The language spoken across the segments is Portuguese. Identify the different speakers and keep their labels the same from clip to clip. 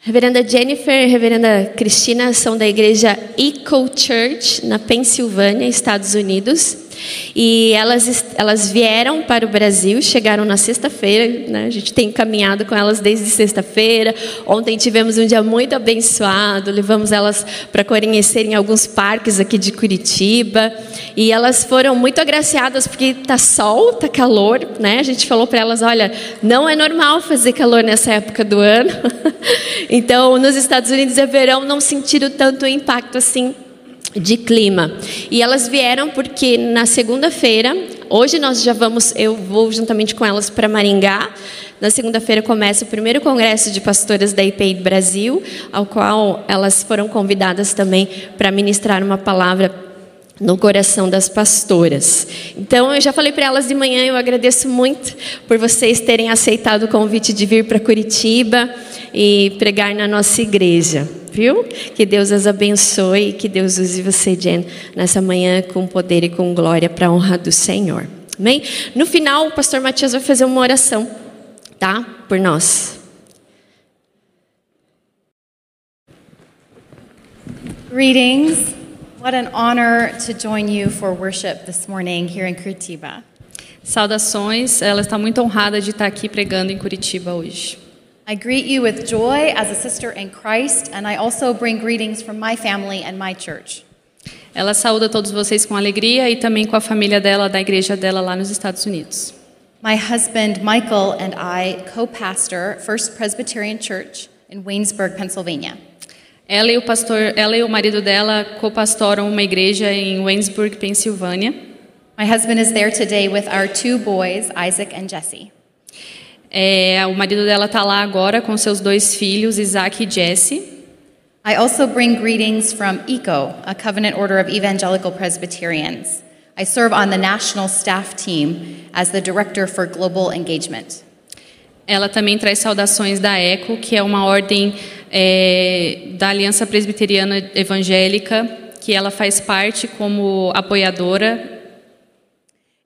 Speaker 1: Reverenda Jennifer e Reverenda Cristina são da igreja Eco Church, na Pensilvânia, Estados Unidos. E elas, elas vieram para o Brasil, chegaram na sexta-feira, né? a gente tem caminhado com elas desde sexta-feira. Ontem tivemos um dia muito abençoado, levamos elas para conhecerem alguns parques aqui de Curitiba. E elas foram muito agraciadas porque tá sol, tá calor, né? A gente falou para elas, olha, não é normal fazer calor nessa época do ano. então, nos Estados Unidos é verão, não sentiram tanto impacto assim de clima. E elas vieram porque na segunda-feira, hoje nós já vamos, eu vou juntamente com elas para Maringá. Na segunda-feira começa o primeiro congresso de pastoras da IPI Brasil, ao qual elas foram convidadas também para ministrar uma palavra no coração das pastoras. Então, eu já falei para elas de manhã, eu agradeço muito por vocês terem aceitado o convite de vir para Curitiba e pregar na nossa igreja, viu? Que Deus as abençoe e que Deus use você, Jen, nessa manhã com poder e com glória para a honra do Senhor. Amém? No final, o pastor Matias vai fazer uma oração, tá? Por nós.
Speaker 2: Greetings. What an honor to join you for worship this morning here in Curitiba.
Speaker 3: Saudações, ela está muito honrada de estar aqui pregando em Curitiba hoje.
Speaker 2: I greet you with joy as a sister in Christ, and I also bring greetings from my family and my church.
Speaker 3: Ela saúda todos vocês com alegria e também com a família dela, da igreja dela lá nos Estados Unidos.
Speaker 2: My husband Michael and I co-pastor First Presbyterian Church in Waynesburg, Pennsylvania.
Speaker 3: Ela e o pastor, ela e o marido dela copastoram uma igreja em Waynesburg, Pensilvânia.
Speaker 2: My husband is there today with our two boys, Isaac and Jesse.
Speaker 3: É, o marido dela está lá agora com seus dois filhos, Isaac e Jesse.
Speaker 2: I also bring greetings from ECO, a Covenant Order of Evangelical Presbyterians. I serve on the national staff team as the director for global engagement.
Speaker 3: Ela também traz saudações da ECO, que é uma ordem é, da Aliança Presbiteriana Evangélica, que ela faz parte como apoiadora.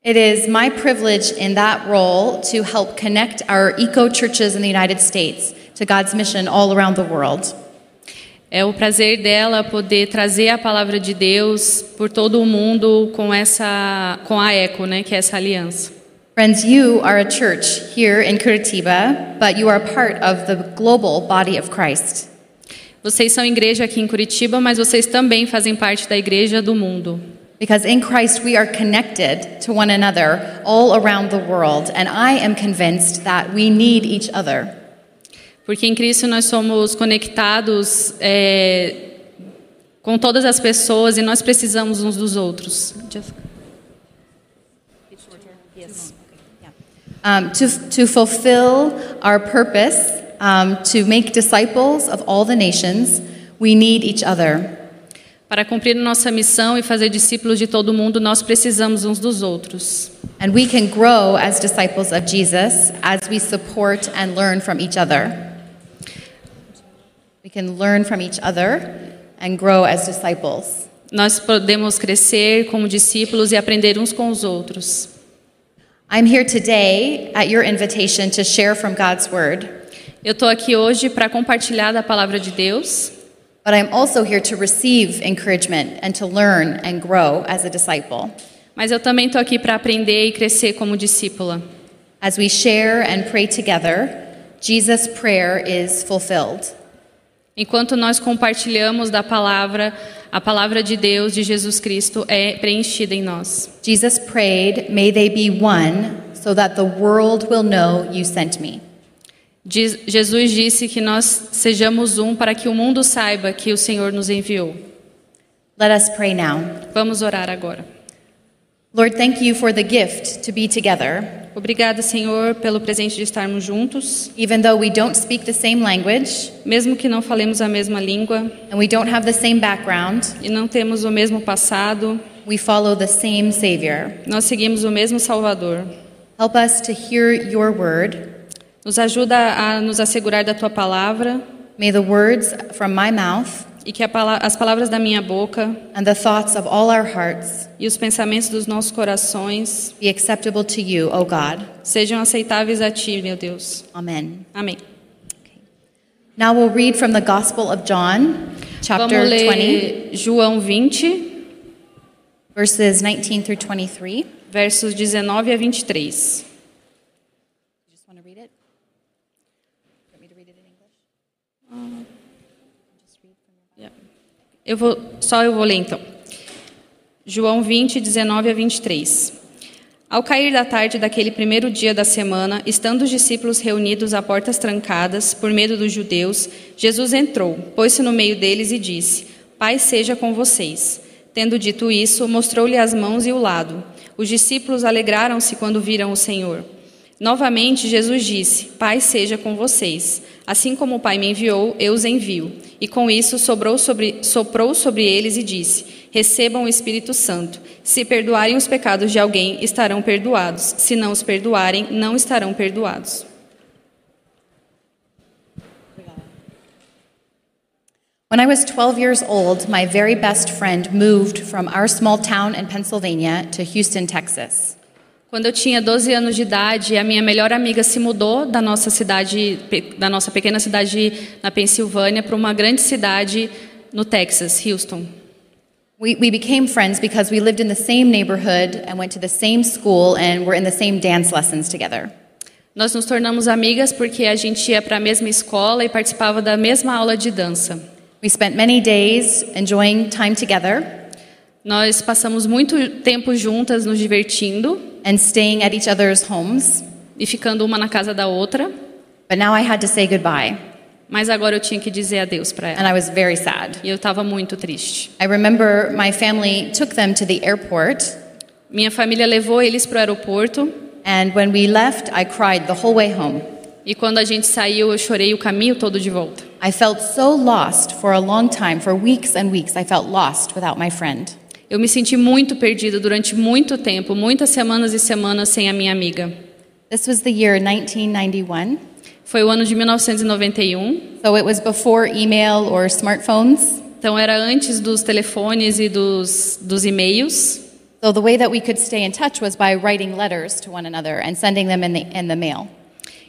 Speaker 2: It is my privilege in that role to help connect our eco churches in the United States to God's mission all around the world.
Speaker 3: É o prazer dela poder trazer a palavra de Deus por todo o mundo com essa com a ECO, né, que é essa aliança.
Speaker 2: Friends, you are a church here in Curitiba, but you are part of the global body of Christ.
Speaker 3: Vocês são igreja aqui em Curitiba, mas vocês também fazem parte da igreja do mundo.
Speaker 2: Because in Christ we are connected to one another all around the world, and I am convinced that we need each other.
Speaker 3: Porque em Cristo nós somos conectados é, com todas as pessoas e nós precisamos uns dos outros.
Speaker 2: Yes. Um, to, to fulfill our purpose um, to make disciples of all the nations, we need each other.
Speaker 3: Para cumprir nossa missão e fazer discípulos de todo mundo, nós precisamos uns dos outros.
Speaker 2: And we can grow as disciples of Jesus as we support and learn from each other. We can learn from each other and grow as disciples.
Speaker 3: Nós podemos crescer como discípulos e aprender uns com os outros.
Speaker 2: I'm here today at your invitation to share from God's word.
Speaker 3: Eu estou aqui hoje para compartilhar da palavra de Deus,
Speaker 2: But I'm also here to receive encouragement and to learn and grow as a disciple.
Speaker 3: mas eu também estou aqui para aprender e crescer como discípula.
Speaker 2: As we share and pray together, Jesus' prayer is fulfilled.
Speaker 3: Enquanto nós compartilhamos da palavra, a palavra de Deus de Jesus Cristo é preenchida em nós.
Speaker 2: Jesus prayed, May they be one, so that the world will know you sent me.
Speaker 3: Diz- Jesus disse que nós sejamos um para que o mundo saiba que o Senhor nos enviou.
Speaker 2: Let us pray now.
Speaker 3: Vamos orar agora.
Speaker 2: Lord, thank you for the gift to be together.
Speaker 3: Obrigada, Senhor, pelo presente de estarmos juntos,
Speaker 2: Even though we don't speak the same language
Speaker 3: mesmo que não falemos a mesma língua
Speaker 2: and we don't have the same background,
Speaker 3: e não temos o mesmo passado,
Speaker 2: we follow the same Savior.
Speaker 3: nós seguimos o mesmo Salvador.
Speaker 2: Help us to hear your word
Speaker 3: Nos ajuda a nos assegurar da tua palavra
Speaker 2: May the words from my mouth
Speaker 3: e que a pala- as palavras da minha boca
Speaker 2: and the thoughts of all our hearts
Speaker 3: e os pensamentos dos nossos corações
Speaker 2: be acceptable to you, O God.
Speaker 3: sejam aceitáveis a ti, meu Deus.
Speaker 2: Amen.
Speaker 3: Amém.
Speaker 2: Now we'll read from the Gospel of John, chapter
Speaker 3: Vamos
Speaker 2: 20,
Speaker 3: ler João 20,
Speaker 2: verses 19 through 23.
Speaker 3: versos 19 a 23.
Speaker 2: You just want to read it? Want me to read it in English?
Speaker 3: Eu vou, só eu vou ler então. João 20, 19 a 23. Ao cair da tarde daquele primeiro dia da semana, estando os discípulos reunidos a portas trancadas, por medo dos judeus, Jesus entrou, pôs-se no meio deles e disse: Pai seja com vocês. Tendo dito isso, mostrou-lhe as mãos e o lado. Os discípulos alegraram-se quando viram o Senhor. Novamente, Jesus disse: Pai seja com vocês. Assim como o Pai me enviou, eu os envio. E com isso sobrou sobre- soprou sobre eles e disse: Recebam o Espírito Santo. Se perdoarem os pecados de alguém, estarão perdoados. Se não os perdoarem, não estarão perdoados.
Speaker 2: When I was 12 years old, my very best friend moved from our small town in Pennsylvania to Houston, Texas.
Speaker 3: Quando eu tinha 12 anos de idade, a minha melhor amiga se mudou da nossa cidade, pe- da nossa pequena cidade na Pensilvânia, para uma grande cidade no Texas, Houston.
Speaker 2: We, we became friends because we lived in the same neighborhood and went to the same school and were in the same dance lessons together.
Speaker 3: Nós nos tornamos amigas porque a gente ia para a mesma escola e participava da mesma aula de dança.
Speaker 2: We spent many days enjoying time together
Speaker 3: Nós passamos muito tempo juntas nos divertindo
Speaker 2: and staying at each other's homes,
Speaker 3: e ficando uma na casa da outra,
Speaker 2: but now I had to say goodbye,
Speaker 3: mas agora eu tinha que dizer adeus para ela.
Speaker 2: and I was very sad.
Speaker 3: E eu estava muito triste.
Speaker 2: I remember my family took them to the airport,
Speaker 3: Minha família levou eles para o aeroporto
Speaker 2: and when we left, I cried the whole way home.
Speaker 3: e quando a gente saiu, eu chorei o caminho todo de volta.
Speaker 2: I felt so lost for a long time, for weeks and weeks, I felt lost without my friend.
Speaker 3: Eu me senti muito perdida durante muito tempo, muitas semanas e semanas sem a minha amiga.
Speaker 2: This was the year 1991,
Speaker 3: Foi o ano de 1991.
Speaker 2: so it was before email or smartphones.
Speaker 3: Então era antes dos telefones e dos, dos e-mails.
Speaker 2: So the way that we could stay in touch was by writing letters to one another and sending them in the, in the mail.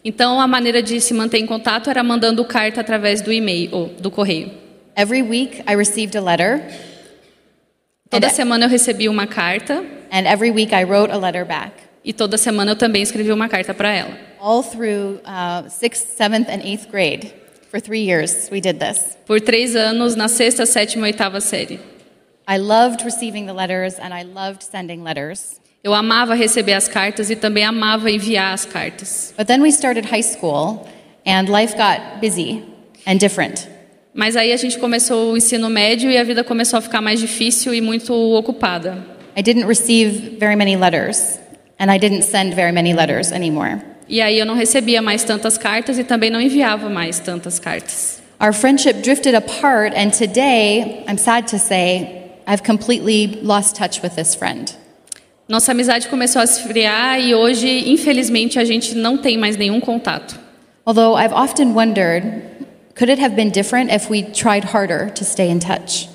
Speaker 3: Então a maneira de se manter em contato era mandando carta através do e-mail, ou do correio.
Speaker 2: Every week I received a letter,
Speaker 3: Toda
Speaker 2: Era-
Speaker 3: semana eu recebia uma carta
Speaker 2: and every week I wrote a letter back,
Speaker 3: e toda semana eu também escrevia uma carta para ela.
Speaker 2: all through uh, sixth, seventh, and eighth grade. For three years, we did this.
Speaker 3: Por três anos, na sexta, sétima e oitava série.
Speaker 2: I loved receiving the letters and I loved sending letters.
Speaker 3: Eu amava receber as cartas e também amava enviar as cartas.
Speaker 2: But then we started high school, and life got busy and different.
Speaker 3: Mas aí a gente começou o ensino médio e a vida começou a ficar mais difícil e muito ocupada.
Speaker 2: I didn't receive very many letters, and I didn't send very many letters anymore.
Speaker 3: E aí eu não recebia mais tantas cartas e também não enviava mais tantas cartas.
Speaker 2: Our friendship drifted apart, and today, I'm sad to say, I've completely lost touch with this friend.
Speaker 3: Nossa amizade começou a esfriar e hoje, infelizmente, a gente não tem mais nenhum contato.
Speaker 2: Although I've often wondered, could it have been different if we tried harder to stay in touch?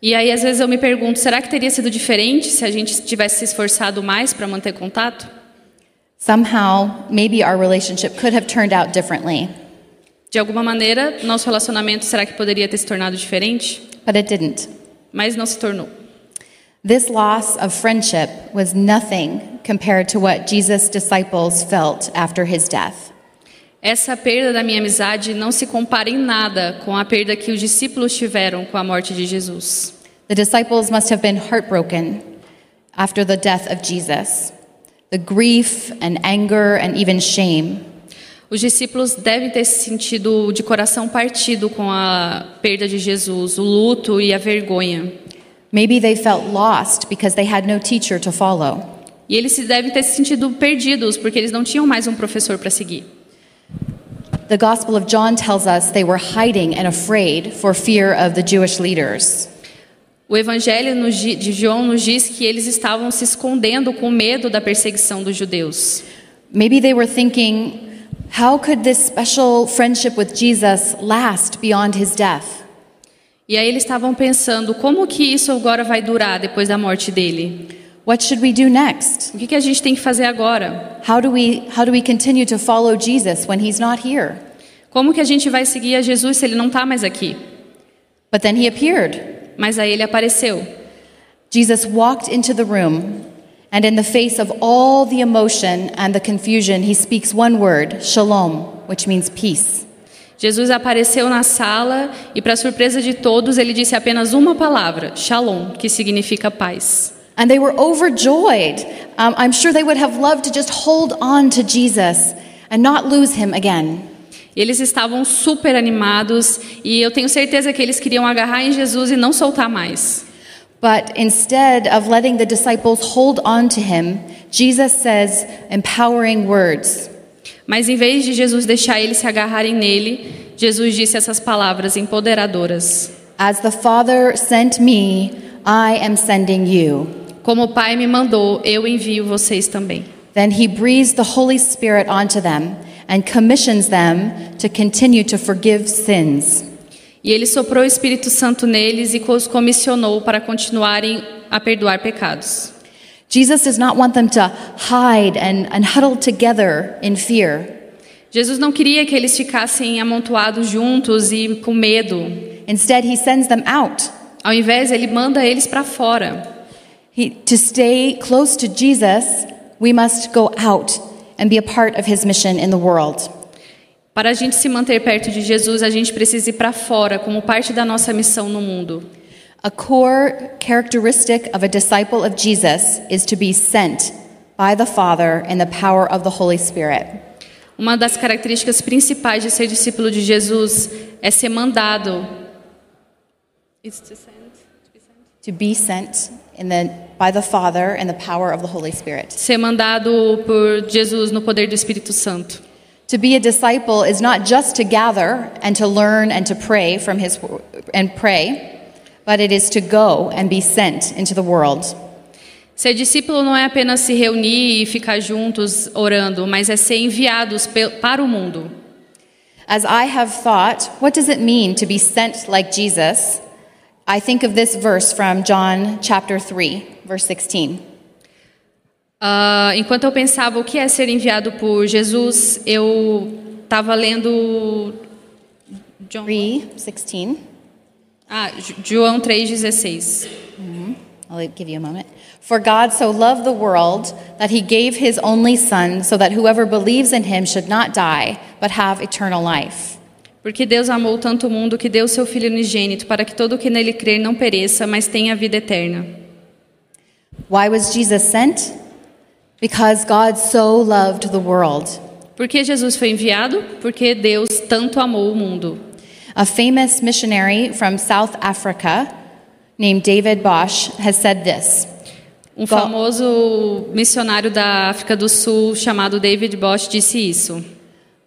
Speaker 3: E aí, às vezes, eu me pergunto: será que teria sido diferente se a gente tivesse se esforçado mais para manter contato?
Speaker 2: Somehow, maybe our relationship could have turned out differently,
Speaker 3: De alguma maneira, nosso relacionamento será que poderia ter se tornado diferente?
Speaker 2: but it didn't.
Speaker 3: Mas não se tornou.
Speaker 2: This loss of friendship was nothing compared to what Jesus' disciples felt after his death.
Speaker 3: Essa perda da minha amizade não se compara em nada com a perda que os discípulos tiveram com a morte de Jesus.
Speaker 2: The disciples must have been heartbroken after the death of Jesus. The grief and anger and even shame.
Speaker 3: Os discípulos devem ter se sentido de coração partido com a perda de Jesus, o luto e a vergonha.
Speaker 2: Maybe they felt lost because they had no teacher to follow.
Speaker 3: E eles se devem ter se sentido perdidos, porque eles não tinham mais um professor para seguir.
Speaker 2: The Gospel of John tells us they were hiding and afraid for fear of the Jewish leaders.
Speaker 3: O Evangelho nos di- de João nos diz que eles estavam se escondendo com medo da perseguição dos judeus.
Speaker 2: Maybe they were thinking, how could this special friendship with Jesus last beyond his death?
Speaker 3: E aí eles estavam pensando: como que isso agora vai durar depois da morte dele?
Speaker 2: What should we do next?
Speaker 3: O que, que a gente tem que fazer agora?
Speaker 2: How do we how do we continue to follow Jesus when he's not here?
Speaker 3: Como que a gente vai seguir a Jesus se ele não está mais aqui?
Speaker 2: But then he appeared.
Speaker 3: Mas aí ele apareceu.
Speaker 2: Jesus walked into the room, and in the face of all the emotion and the confusion, he speaks one word, shalom, which means peace.
Speaker 3: Jesus apareceu na sala e, para surpresa de todos, ele disse apenas uma palavra, shalom, que significa paz.
Speaker 2: And they were overjoyed. Um, I'm sure they would have loved to just hold on to Jesus and not lose him again.
Speaker 3: E eles estavam super animados e eu tenho certeza que eles queriam agarrar em Jesus e não soltar mais.
Speaker 2: But instead of letting the disciples hold on to him, Jesus says empowering words.
Speaker 3: Mas em vez de Jesus deixar eles se agarrarem nele, Jesus disse essas palavras empoderadoras:
Speaker 2: As the Father sent me, I am sending you.
Speaker 3: Como o Pai me mandou, eu envio vocês também.
Speaker 2: Then he breathes the Holy Spirit onto them and commissions them to continue to forgive sins.
Speaker 3: E ele soprou o Espírito Santo neles e os comissionou para continuarem a perdoar pecados.
Speaker 2: Jesus does not want them to hide and, and huddle together in fear.
Speaker 3: Jesus não queria que eles ficassem amontoados juntos e com medo.
Speaker 2: Instead, he sends them out
Speaker 3: Ao invés, ele manda eles para fora.
Speaker 2: He, to stay close to Jesus, we must go out and be a part of his mission in the world.
Speaker 3: Para a gente se manter perto de Jesus, a gente precisa ir para fora, como parte da nossa missão no mundo.
Speaker 2: A core characteristic of a disciple of Jesus is to be sent by the Father in the power of the Holy Spirit.
Speaker 3: Uma das características principais de ser discípulo de Jesus é ser mandado.
Speaker 2: To be sent in the, by the Father in the power of the Holy Spirit.
Speaker 3: Ser mandado por Jesus no poder do Espírito Santo.
Speaker 2: To be a disciple is not just to gather and to learn and to pray from his and pray, but it is to go and be sent into the world.
Speaker 3: Ser discípulo não é apenas se reunir e ficar juntos orando, mas é ser enviados pe- para o mundo.
Speaker 2: As I have thought, what does it mean to be sent like Jesus? I think of this verse from John chapter 3, verse 16.
Speaker 3: Ah, enquanto eu pensava o que é ser enviado por Jesus, eu estava lendo John,
Speaker 2: 3, 16.
Speaker 3: ah, Ju- João 3,16.
Speaker 2: I'll give you a moment. For God so loved the world that he gave his only Son, so that whoever believes in him should not die, but have eternal life.
Speaker 3: Porque Deus amou tanto o mundo que deu seu Filho unigênito, para que todo o que nele crer não pereça, mas tenha vida eterna.
Speaker 2: Why was Jesus sent? Because God so loved the world.
Speaker 3: Por que Jesus foi enviado? Porque Deus tanto amou o mundo.
Speaker 2: A famous missionary from South Africa named David Bosch has said this
Speaker 3: Um
Speaker 2: Qual-
Speaker 3: famoso missionário da África do Sul chamado David Bosch disse isso.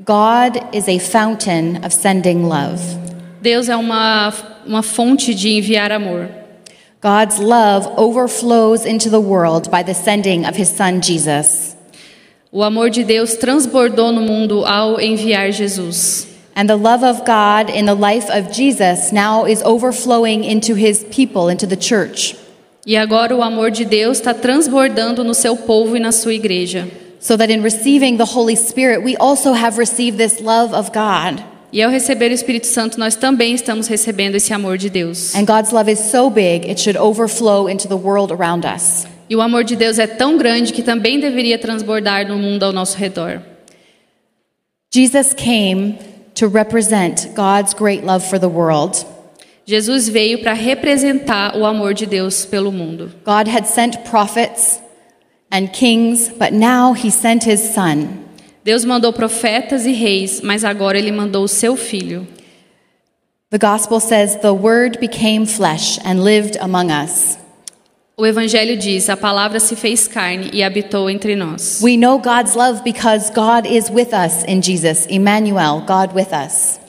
Speaker 2: God is a fountain of sending love.
Speaker 3: Deus é uma, uma fonte de enviar amor.
Speaker 2: God's love overflows into the world by the sending of his son Jesus.
Speaker 3: O amor de Deus transbordou no mundo ao enviar Jesus.
Speaker 2: And the love of God in the life of Jesus now is overflowing into his people, into the church.
Speaker 3: E agora o amor de Deus está transbordando no seu povo e na sua igreja.
Speaker 2: So that in receiving the Holy Spirit, we also have received this love of God.
Speaker 3: E ao receber o Espírito Santo, nós também estamos recebendo esse amor de Deus.
Speaker 2: And God's love is so big, it should overflow into the world around us.
Speaker 3: E o amor de Deus é tão grande que também deveria transbordar no mundo ao nosso redor.
Speaker 2: Jesus came to represent God's great love for the world.
Speaker 3: Jesus veio para representar o amor de Deus pelo mundo.
Speaker 2: God had sent prophets and kings, but now he sent his son.
Speaker 3: Deus mandou profetas e reis, mas agora ele mandou o seu filho.
Speaker 2: The gospel says, The word became flesh and lived among us.
Speaker 3: O evangelho diz: a palavra se fez carne e habitou entre nós.
Speaker 2: We know God's love because God is with us in Jesus, Emmanuel, God with us.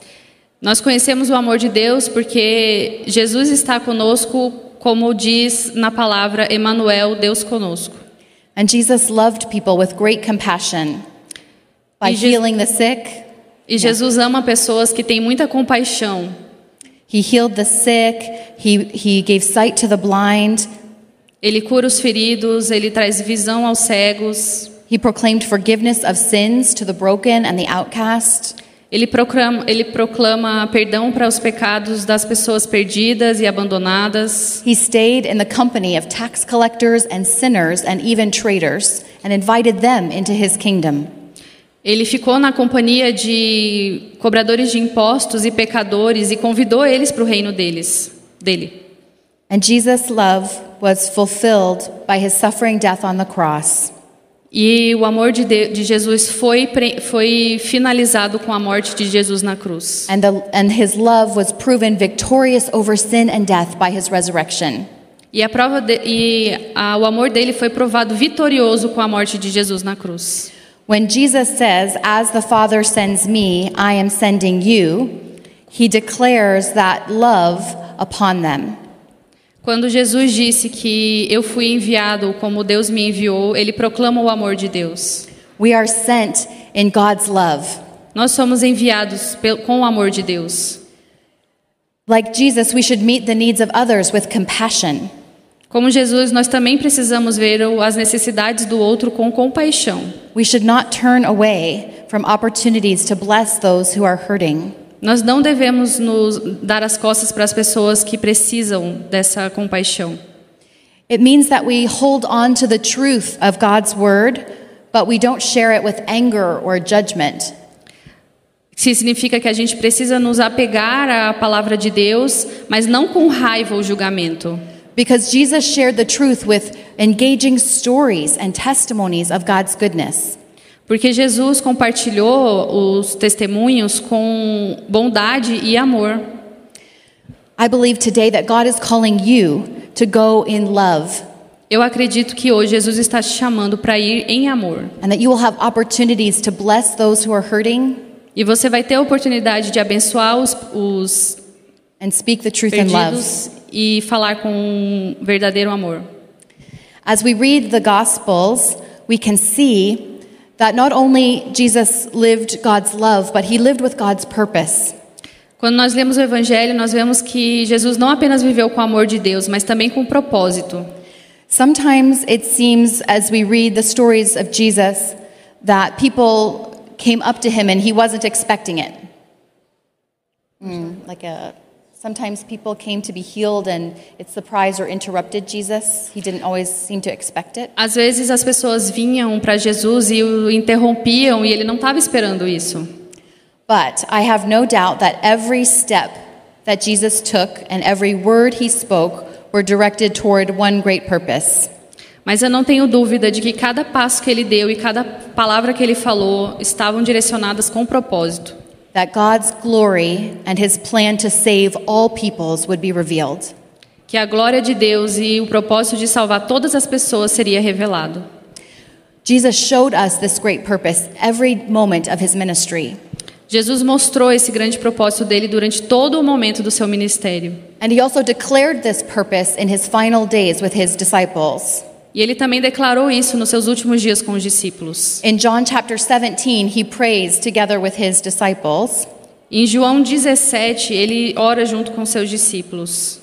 Speaker 3: Nós conhecemos o amor de Deus porque Jesus está conosco, como diz na palavra Emanuel, Deus conosco.
Speaker 2: And Jesus loved people with great compassion by
Speaker 3: He just-
Speaker 2: healing the sick.
Speaker 3: E Jesus ama pessoas que têm muita compaixão.
Speaker 2: He healed the sick, he, he gave sight to the blind,
Speaker 3: Ele cura os feridos, ele traz visão aos cegos,
Speaker 2: he proclaimed forgiveness of sins to the broken and the outcast.
Speaker 3: Ele proclama, ele proclama perdão para os pecados das pessoas perdidas e abandonadas.
Speaker 2: He stayed in the company of tax collectors and sinners and even traitors and invited them into his kingdom.
Speaker 3: Ele ficou na companhia de cobradores de impostos e pecadores e convidou eles para o reino deles, dele.
Speaker 2: And Jesus' love was fulfilled by his suffering death on the cross.
Speaker 3: E o amor de, de- de Jesus foi, pre- foi finalizado com a morte de Jesus na cruz.
Speaker 2: And, the, and his love was proven victorious over sin and death by his resurrection.
Speaker 3: E, a prova de, e a, o amor dele foi provado vitorioso com a morte de Jesus na cruz.
Speaker 2: When Jesus says, As the Father sends me, I am sending you, he declares that love upon them.
Speaker 3: Quando Jesus disse que eu fui enviado como Deus me enviou, ele proclama o amor de Deus.
Speaker 2: We are sent in God's love.
Speaker 3: Nós somos enviados pel- com o amor de Deus.
Speaker 2: Like Jesus, we should meet the needs of others with compassion.
Speaker 3: Como Jesus, nós também precisamos ver o- as necessidades do outro com compaixão.
Speaker 2: We should not turn away from opportunities to bless those who are hurting.
Speaker 3: Nós não devemos nos dar as costas para as pessoas que precisam dessa compaixão.
Speaker 2: It means that we hold on to the truth of God's word, but we don't share it with anger or judgment.
Speaker 3: Isso significa que a gente precisa nos apegar à palavra de Deus, mas não com raiva ou julgamento.
Speaker 2: Because Jesus shared the truth with engaging stories and testimonies of God's goodness.
Speaker 3: Porque Jesus compartilhou os testemunhos com bondade e amor.
Speaker 2: I believe today that God is calling you to go in love
Speaker 3: Eu acredito que hoje Jesus está te chamando para ir em amor.
Speaker 2: and that you will have opportunities to bless those who are hurting
Speaker 3: E você vai ter a oportunidade de abençoar os, os
Speaker 2: and speak the truth in love.
Speaker 3: perdidos e falar com um verdadeiro amor.
Speaker 2: As we read the Gospels, we can see that not only Jesus lived God's love, but he lived with God's purpose.
Speaker 3: Quando nós lemos o Evangelho, nós vemos que Jesus não apenas viveu com o amor de Deus, mas também com um propósito.
Speaker 2: Sometimes it seems, as we read the stories of Jesus, that people came up to him and he wasn't expecting it. Mm, like a, sometimes people came to be healed and it surprised or interrupted Jesus. He didn't always seem to expect it.
Speaker 3: Às vezes as pessoas vinham para Jesus e o interrompiam e ele não estava esperando isso.
Speaker 2: But I have no doubt that every step that Jesus took and every word he spoke were directed toward one great purpose.
Speaker 3: Mas eu não tenho dúvida de que cada passo que ele deu e cada palavra que ele falou estavam direcionadas com propósito.
Speaker 2: That God's glory and his plan to save all peoples would be revealed.
Speaker 3: Que a glória de Deus e o propósito de salvar todas as pessoas seria revelado.
Speaker 2: Jesus showed us this great purpose every moment of his ministry,
Speaker 3: Jesus mostrou esse grande propósito dele durante todo o momento do seu ministério.
Speaker 2: and he also declared this purpose in his final days with his disciples.
Speaker 3: E ele também declarou isso nos seus últimos dias com os discípulos.
Speaker 2: In John chapter 17, he prays together with his disciples
Speaker 3: Em João 17, ele ora junto com seus discípulos.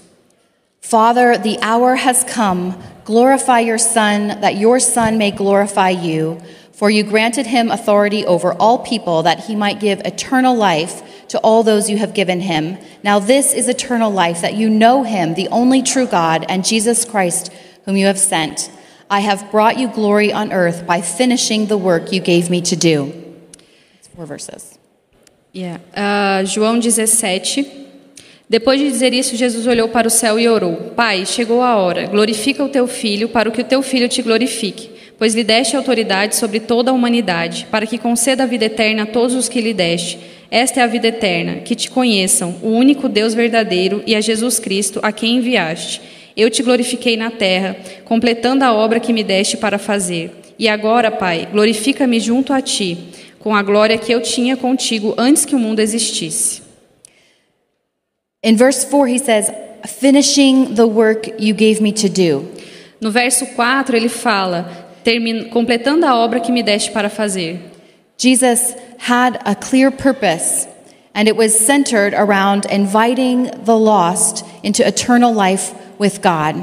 Speaker 2: Father, the hour has come. Glorify your Son, that your Son may glorify you. For you granted him authority over all people, that he might give eternal life to all those you have given him. Now, this is eternal life, that you know him, the only true God, and Jesus Christ, whom you have sent. I have brought you glory on earth by finishing the work you gave me to do. That's four verses.
Speaker 3: Yeah. Ah, João 17. Depois de dizer isso, Jesus olhou para o céu e orou: Pai, chegou a hora. Glorifica o teu filho, para que o teu filho te glorifique, pois lhe deste autoridade sobre toda a humanidade, para que conceda a vida eterna a todos os que lhe deste. Esta é a vida eterna, que te conheçam, o único Deus verdadeiro e a Jesus Cristo, a quem enviaste. Eu te glorifiquei na terra, completando a obra que me deste para fazer. E agora, Pai, glorifica-me junto a ti, com a glória que eu tinha contigo antes que o mundo existisse.
Speaker 2: In verse 4, he says, Finishing the work you gave me to do.
Speaker 3: No verso 4, ele fala: "Termin- completando a obra que me deste para fazer.
Speaker 2: Jesus had a clear purpose, and it was centered around inviting the lost into eternal life with God.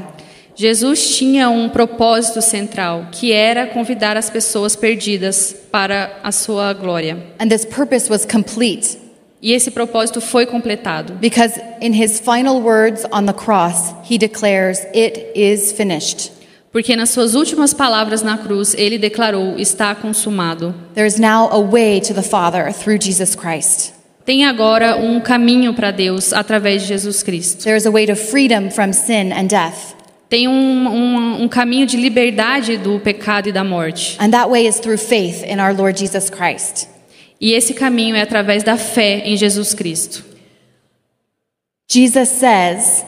Speaker 3: Jesus tinha um propósito central, que era convidar as pessoas perdidas para a sua glória.
Speaker 2: And this purpose was complete
Speaker 3: E esse propósito foi completado,
Speaker 2: because in his final words on the cross, he declares, It is finished.
Speaker 3: porque nas suas últimas palavras na cruz, ele declarou: Está consumado.
Speaker 2: There is now a way to the Father through Jesus Christ.
Speaker 3: Tem agora um caminho para Deus através de Jesus Cristo.
Speaker 2: There is a way to freedom from sin and death.
Speaker 3: Tem um, um, um caminho de liberdade do pecado e da morte.
Speaker 2: And that way is through faith in our Lord Jesus Christ.
Speaker 3: E esse caminho é através da fé em Jesus Cristo.
Speaker 2: Jesus says,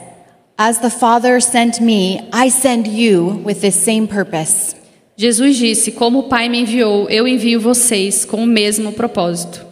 Speaker 2: As the Father sent me, I send you with this same purpose.
Speaker 3: Jesus disse: Como o Pai me enviou, eu envio vocês com o mesmo propósito.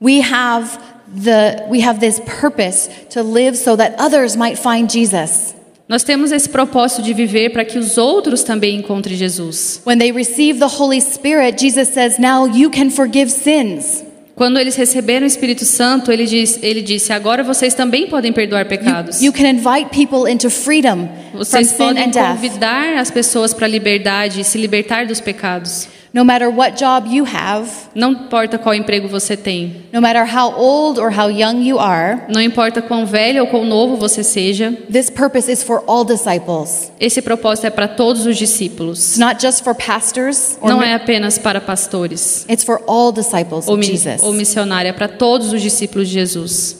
Speaker 2: We have the we have this purpose to live so that others might find Jesus.
Speaker 3: Nós temos esse propósito de viver para que os outros também encontrem Jesus.
Speaker 2: When they receive the Holy Spirit, Jesus says, "Now you can forgive sins.
Speaker 3: Quando eles receberam o Espírito Santo, ele, diz, ele disse: Agora vocês também podem perdoar pecados.
Speaker 2: You can invite people into freedom from
Speaker 3: Vocês
Speaker 2: sin
Speaker 3: podem
Speaker 2: and death.
Speaker 3: convidar as pessoas para a liberdade e se libertar dos pecados.
Speaker 2: No matter what job you have,
Speaker 3: Não importa qual emprego você tem,
Speaker 2: no matter how old or how young you are,
Speaker 3: não importa quão velho ou quão novo você seja,
Speaker 2: this purpose is for all disciples.
Speaker 3: esse propósito é para todos
Speaker 2: It's
Speaker 3: os discípulos.
Speaker 2: not just for pastors or
Speaker 3: Não
Speaker 2: mi-
Speaker 3: é apenas para pastores
Speaker 2: it's for all disciples
Speaker 3: ou,
Speaker 2: of
Speaker 3: mi-
Speaker 2: Jesus.
Speaker 3: ou missionária, é para todos os discípulos de Jesus.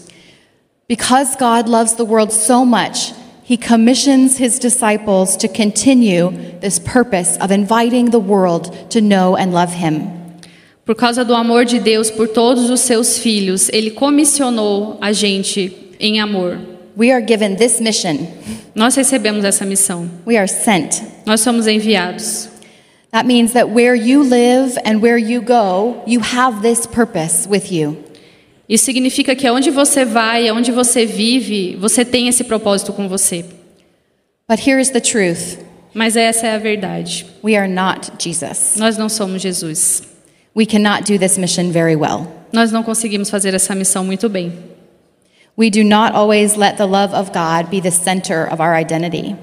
Speaker 2: Because God loves the world so much, he commissions his disciples to continue this purpose of inviting the world to know and love him.
Speaker 3: Por causa do amor de Deus por todos os seus filhos, ele comissionou a gente em amor.
Speaker 2: We are given this mission.
Speaker 3: Nós recebemos essa missão.
Speaker 2: We are sent.
Speaker 3: Nós somos enviados.
Speaker 2: That means that where you live and where you go, you have this purpose with you.
Speaker 3: Isso significa que aonde você vai, aonde você vive, você tem esse propósito com você.
Speaker 2: But here is the truth
Speaker 3: Mas essa é a verdade.
Speaker 2: we are not Jesus.
Speaker 3: Nós não somos Jesus.
Speaker 2: We cannot do this mission very well.
Speaker 3: Nós não conseguimos fazer essa missão muito bem.
Speaker 2: We do not always let the love of God be the center of our identity.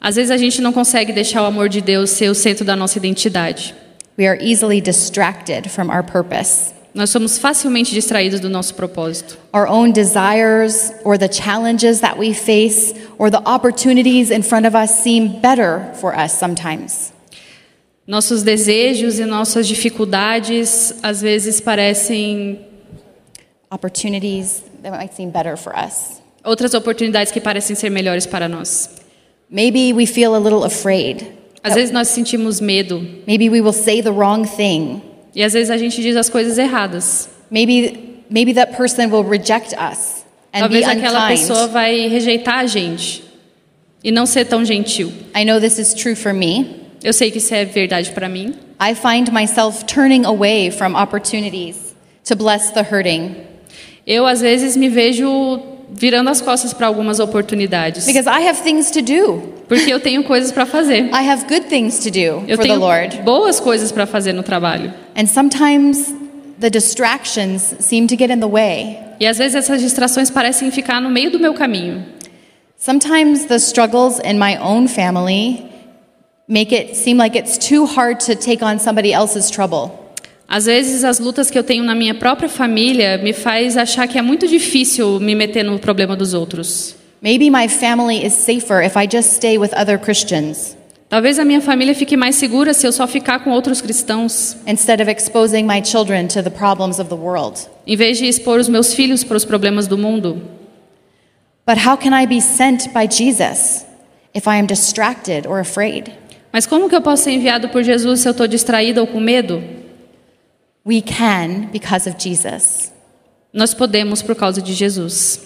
Speaker 3: Às vezes a gente não consegue deixar o amor de Deus ser o centro da nossa identidade.
Speaker 2: We are easily distracted from our purpose.
Speaker 3: Nós somos facilmente distraídos do nosso propósito.
Speaker 2: our own desires or the challenges that we face or the opportunities in front of us seem better for us sometimes.
Speaker 3: Nossos desejos e nossas dificuldades às vezes parecem
Speaker 2: Opportunities that might seem better for us.
Speaker 3: outras oportunidades que parecem ser melhores para nós.
Speaker 2: Maybe we feel a little afraid.
Speaker 3: Às vezes nós sentimos medo
Speaker 2: Maybe we will say the wrong thing.
Speaker 3: e às vezes a gente diz as coisas erradas.
Speaker 2: Maybe maybe that person will reject us and
Speaker 3: Talvez
Speaker 2: be
Speaker 3: aquela
Speaker 2: unkind.
Speaker 3: pessoa vai rejeitar a gente e não ser tão gentil.
Speaker 2: I know this is true for me.
Speaker 3: Eu sei que isso é verdade para mim.
Speaker 2: I find myself turning away from opportunities to bless the hurting
Speaker 3: Eu às vezes me vejo virando as costas para algumas oportunidades,
Speaker 2: because I have things to do.
Speaker 3: porque eu tenho coisas para fazer.
Speaker 2: I have good things to do
Speaker 3: Eu
Speaker 2: for the
Speaker 3: tenho
Speaker 2: Lord.
Speaker 3: boas coisas para fazer no trabalho.
Speaker 2: And sometimes the distractions seem to get in the way.
Speaker 3: E às vezes essas distrações parecem ficar no meio do meu caminho.
Speaker 2: Sometimes the struggles in my own family make it seem like it's too hard to take on somebody else's trouble.
Speaker 3: Às vezes as lutas que eu tenho na minha própria família me faz achar que é muito difícil me meter no problema dos outros.
Speaker 2: Maybe my family is safer if I just stay with other Christians
Speaker 3: Talvez a minha família fique mais segura se eu só ficar com outros cristãos,
Speaker 2: instead of exposing my children to the problems of the world.
Speaker 3: em vez de expor os meus filhos para os problemas do mundo.
Speaker 2: But how can I be sent by Jesus if I am distracted or afraid?
Speaker 3: Mas como que eu posso ser enviado por Jesus se eu estou distraída ou com medo?
Speaker 2: We can because of Jesus.
Speaker 3: Nós podemos por causa de Jesus.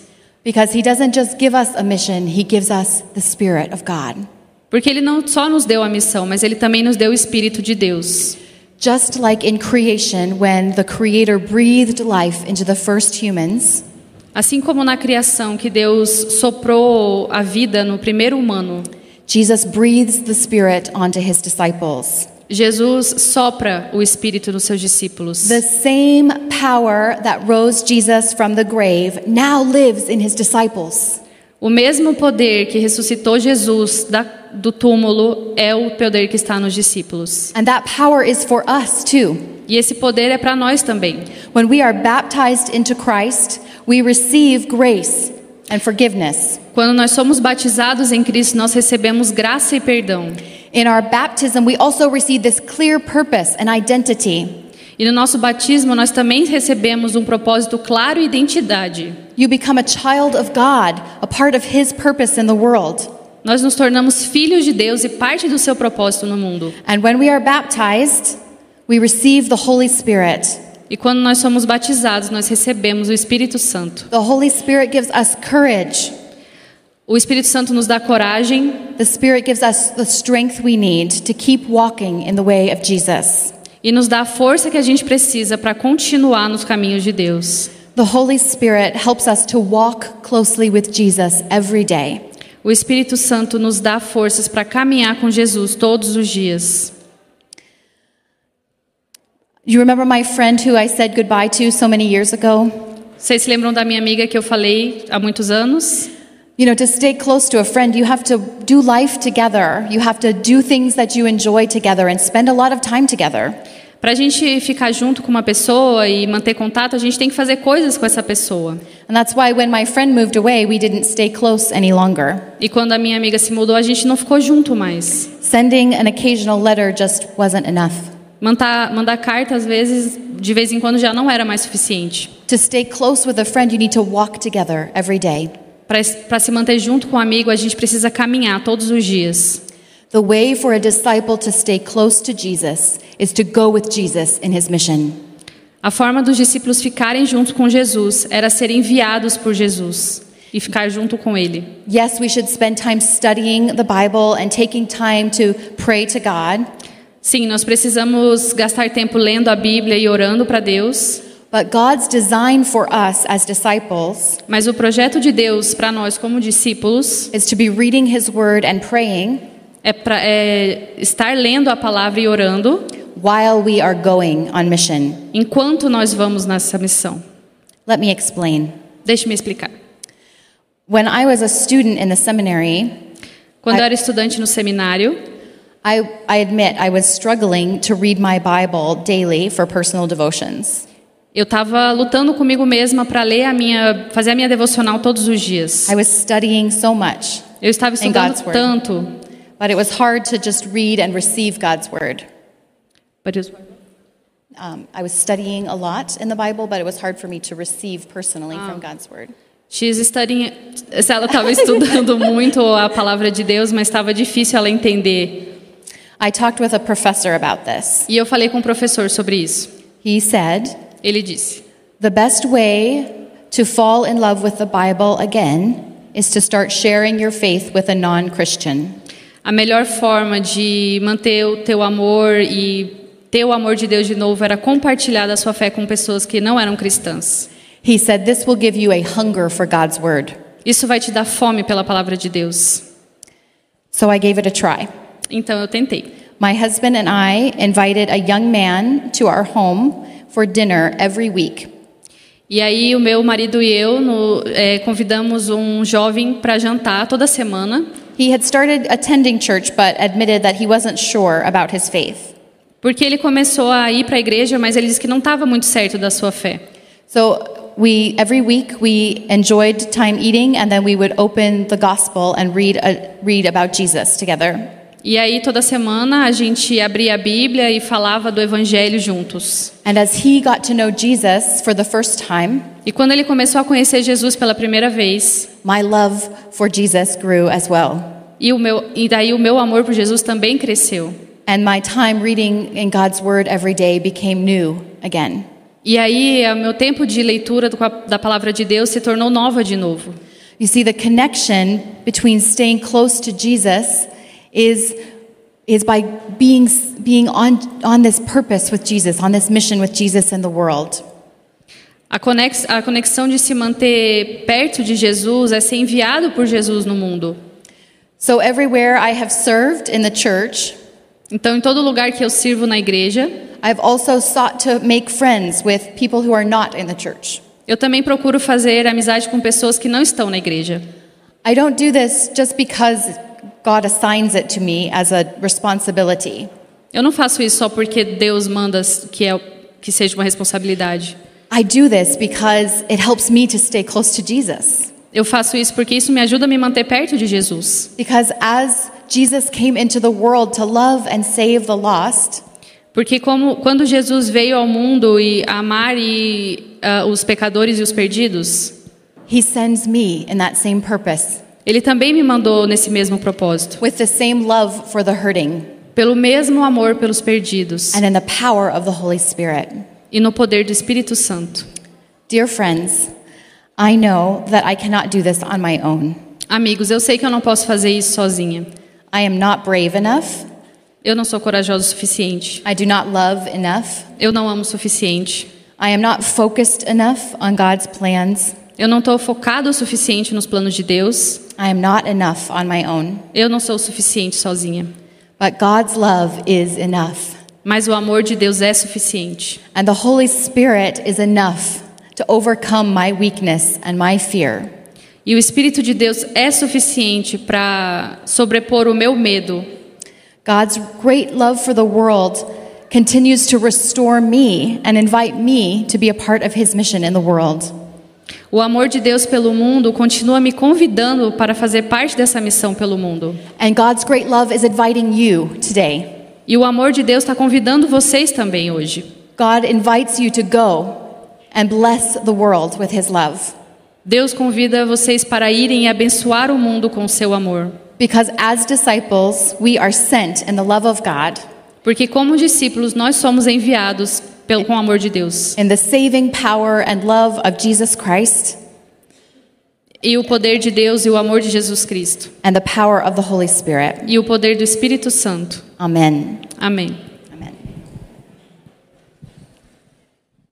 Speaker 2: Because he doesn't just give us a mission, he gives us the Spirit of God.
Speaker 3: Porque ele não só nos deu a missão, mas ele também nos deu o espírito de Deus.
Speaker 2: Just like in creation, when the Creator breathed life into the first humans,
Speaker 3: Assim como na criação que Deus soprou a vida no primeiro humano,
Speaker 2: Jesus breathes the Spirit onto his disciples.
Speaker 3: Jesus sopra o espírito nos seus discípulos.
Speaker 2: The same power that rose Jesus from the grave now lives in his disciples.
Speaker 3: O mesmo poder que ressuscitou Jesus da, do túmulo é o poder que está nos discípulos.
Speaker 2: And that power is for us too.
Speaker 3: E esse poder é para nós também.
Speaker 2: When we are baptized into Christ, we receive grace and forgiveness.
Speaker 3: Quando nós somos batizados em Cristo, nós recebemos graça e perdão.
Speaker 2: In our baptism, we also receive this clear purpose and identity.
Speaker 3: E no nosso batismo, nós também recebemos um propósito claro e identidade.
Speaker 2: You become a child of God, a part of His purpose in the world.
Speaker 3: Nós nos tornamos filhos de Deus e parte do seu propósito no mundo.
Speaker 2: And when we are baptized, we receive the Holy Spirit.
Speaker 3: E quando nós somos batizados, nós recebemos o Espírito Santo.
Speaker 2: The Holy Spirit gives us courage.
Speaker 3: O Espírito Santo nos dá coragem
Speaker 2: The Spirit gives us the strength we need to keep walking in the way of Jesus.
Speaker 3: e nos dá a força que a gente precisa para continuar nos caminhos de Deus.
Speaker 2: The Holy Spirit helps us to walk closely with Jesus every day.
Speaker 3: O Espírito Santo nos dá forças para caminhar com Jesus todos os dias.
Speaker 2: You remember my friend who I said goodbye to so many years ago?
Speaker 3: Vocês se lembram da minha amiga que eu falei há muitos anos?
Speaker 2: You know, to stay close to a friend, you have to do life together. You have to do things that you enjoy together and spend a lot of time together.
Speaker 3: Para a gente ficar junto com uma pessoa e manter contato, a gente tem que fazer coisas com essa pessoa.
Speaker 2: And that's why when my friend moved away, we didn't stay close any longer.
Speaker 3: E quando a minha amiga se mudou, a gente não ficou junto mais.
Speaker 2: Sending an occasional letter just wasn't enough.
Speaker 3: Mandar, mandar carta, às vezes, de vez em quando já não era mais suficiente.
Speaker 2: To stay close with a friend, you need to walk together every day.
Speaker 3: Para se manter junto com um amigo, a gente precisa caminhar todos os dias.
Speaker 2: The way for a disciple to stay close to Jesus is to go with Jesus in his mission.
Speaker 3: A forma dos discípulos ficarem junto com Jesus era ser enviados por Jesus e ficar junto com ele.
Speaker 2: Yes, we should spend time studying the Bible and taking time to pray to God,
Speaker 3: Sim, nós precisamos gastar tempo lendo a Bíblia e orando para Deus,
Speaker 2: but God's design for us as disciples
Speaker 3: mas o projeto de Deus para nós como discípulos
Speaker 2: is to be reading his word and praying
Speaker 3: é, pra, é estar lendo a palavra e orando
Speaker 2: while we are going on mission.
Speaker 3: enquanto nós vamos nessa missão.
Speaker 2: Let me explain.
Speaker 3: Deixe-me explicar.
Speaker 2: When I was a student in the seminary,
Speaker 3: Quando eu era estudante no seminário,
Speaker 2: I, I admit I was struggling to read my Bible daily for personal devotions.
Speaker 3: eu estava lutando comigo mesma para ler a minha, fazer a minha devocional todos os dias.
Speaker 2: I was studying so much,
Speaker 3: Eu estava
Speaker 2: God's
Speaker 3: estudando
Speaker 2: word.
Speaker 3: tanto.
Speaker 2: but it was hard to just read and receive God's word.
Speaker 3: But it's-
Speaker 2: Um, I was studying a lot in the Bible, but it was hard for me to receive personally from God's word.
Speaker 3: She's studying. Ela estava estudando muito a palavra de Deus, mas estava difícil ela entender.
Speaker 2: I talked with a professor about this.
Speaker 3: E eu falei com o professor sobre isso.
Speaker 2: He said,
Speaker 3: Ele disse:
Speaker 2: The best way to fall in love with the Bible again is to start sharing your faith with a non Christian.
Speaker 3: a melhor forma de manter o teu amor e ter o amor de Deus de novo era compartilhar a sua fé com pessoas que não eram cristãs.
Speaker 2: He said, This will give you a hunger for God's word.
Speaker 3: Isso vai te dar fome pela palavra de Deus.
Speaker 2: So I gave it a try.
Speaker 3: Então eu tentei.
Speaker 2: My husband and I invited a young man to our home for dinner every week.
Speaker 3: E aí o meu marido e eu no- eh, convidamos um jovem para jantar toda semana,
Speaker 2: He had started attending church but admitted that he wasn't sure about his faith.
Speaker 3: porque ele começou a ir para a igreja, mas ele disse que não estava muito certo da sua fé.
Speaker 2: So we every week we enjoyed time eating and then we would open the gospel and read a, read about Jesus together.
Speaker 3: E aí toda semana a gente abria a Bíblia e falava do evangelho juntos.
Speaker 2: And as he got to know Jesus for the first time,
Speaker 3: E quando ele começou a conhecer Jesus pela primeira vez,
Speaker 2: my love for Jesus grew as well.
Speaker 3: e o meu e daí o meu amor por Jesus também cresceu.
Speaker 2: And my time reading in God's word every day became new again.
Speaker 3: E aí o meu tempo de leitura do- da palavra de Deus se tornou nova de novo.
Speaker 2: You see, the connection between staying close to Jesus is, is by being, being on, on this purpose with Jesus, on this mission with Jesus in the world.
Speaker 3: A, conex, a conexão de se manter perto de Jesus é ser enviado por Jesus no mundo.
Speaker 2: So, everywhere I have served in the church,
Speaker 3: Então, em todo lugar que eu sirvo na igreja,
Speaker 2: I've also sought to make friends with people who are not in the church.
Speaker 3: eu também procuro fazer amizade com pessoas que não estão na igreja.
Speaker 2: I don't do this just because God assigns it to me as a responsibility.
Speaker 3: Eu não faço isso só porque Deus manda que, é, que seja uma responsabilidade.
Speaker 2: I do this because it helps me to stay close to Jesus.
Speaker 3: Eu faço isso porque isso me ajuda a me manter perto de Jesus.
Speaker 2: Because as Jesus came into the world to love and save the lost,
Speaker 3: Porque como, quando Jesus veio ao mundo e a amar e, ah, os pecadores e os perdidos,
Speaker 2: he sends me in that same purpose,
Speaker 3: ele também me mandou nesse mesmo propósito.
Speaker 2: with the same love for the hurting
Speaker 3: Pelo mesmo amor pelos perdidos
Speaker 2: and in the power of the Holy Spirit.
Speaker 3: e no poder do Espírito Santo.
Speaker 2: Dear friends, I know that I cannot do this on my own.
Speaker 3: Amigos, eu sei que eu não posso fazer isso sozinha.
Speaker 2: I am not brave enough.
Speaker 3: Eu não sou corajosa o suficiente.
Speaker 2: I do not love enough.
Speaker 3: Eu não amo o suficiente.
Speaker 2: I am not focused enough on God's plans.
Speaker 3: Eu não estou focado o suficiente nos planos de Deus.
Speaker 2: I am not enough on my own.
Speaker 3: Eu não sou o suficiente sozinha.
Speaker 2: But God's love is enough.
Speaker 3: Mas o amor de Deus é suficiente.
Speaker 2: And the Holy Spirit is enough to overcome my weakness and my fear.
Speaker 3: E o Espírito de Deus é suficiente para sobrepor o meu medo.
Speaker 2: God's great love for the world continues to restore me and invite me to be a part of his mission in the world.
Speaker 3: O amor de Deus pelo mundo continua me convidando para fazer parte dessa missão pelo mundo.
Speaker 2: And God's great love is inviting you today.
Speaker 3: E o amor de Deus está convidando vocês também hoje.
Speaker 2: God invites you to go and bless the world with his love.
Speaker 3: Deus convida vocês para irem e abençoar o mundo com o seu amor.
Speaker 2: Because as disciples, we are sent in the love of God,
Speaker 3: Porque, como discípulos, nós somos enviados pelo, com o amor de Deus.
Speaker 2: in the saving power and love of Jesus Christ,
Speaker 3: E o poder de Deus e o amor de Jesus Cristo.
Speaker 2: and the power of the Holy Spirit.
Speaker 3: E o poder do Espírito Santo.
Speaker 2: Amen.
Speaker 3: Amém.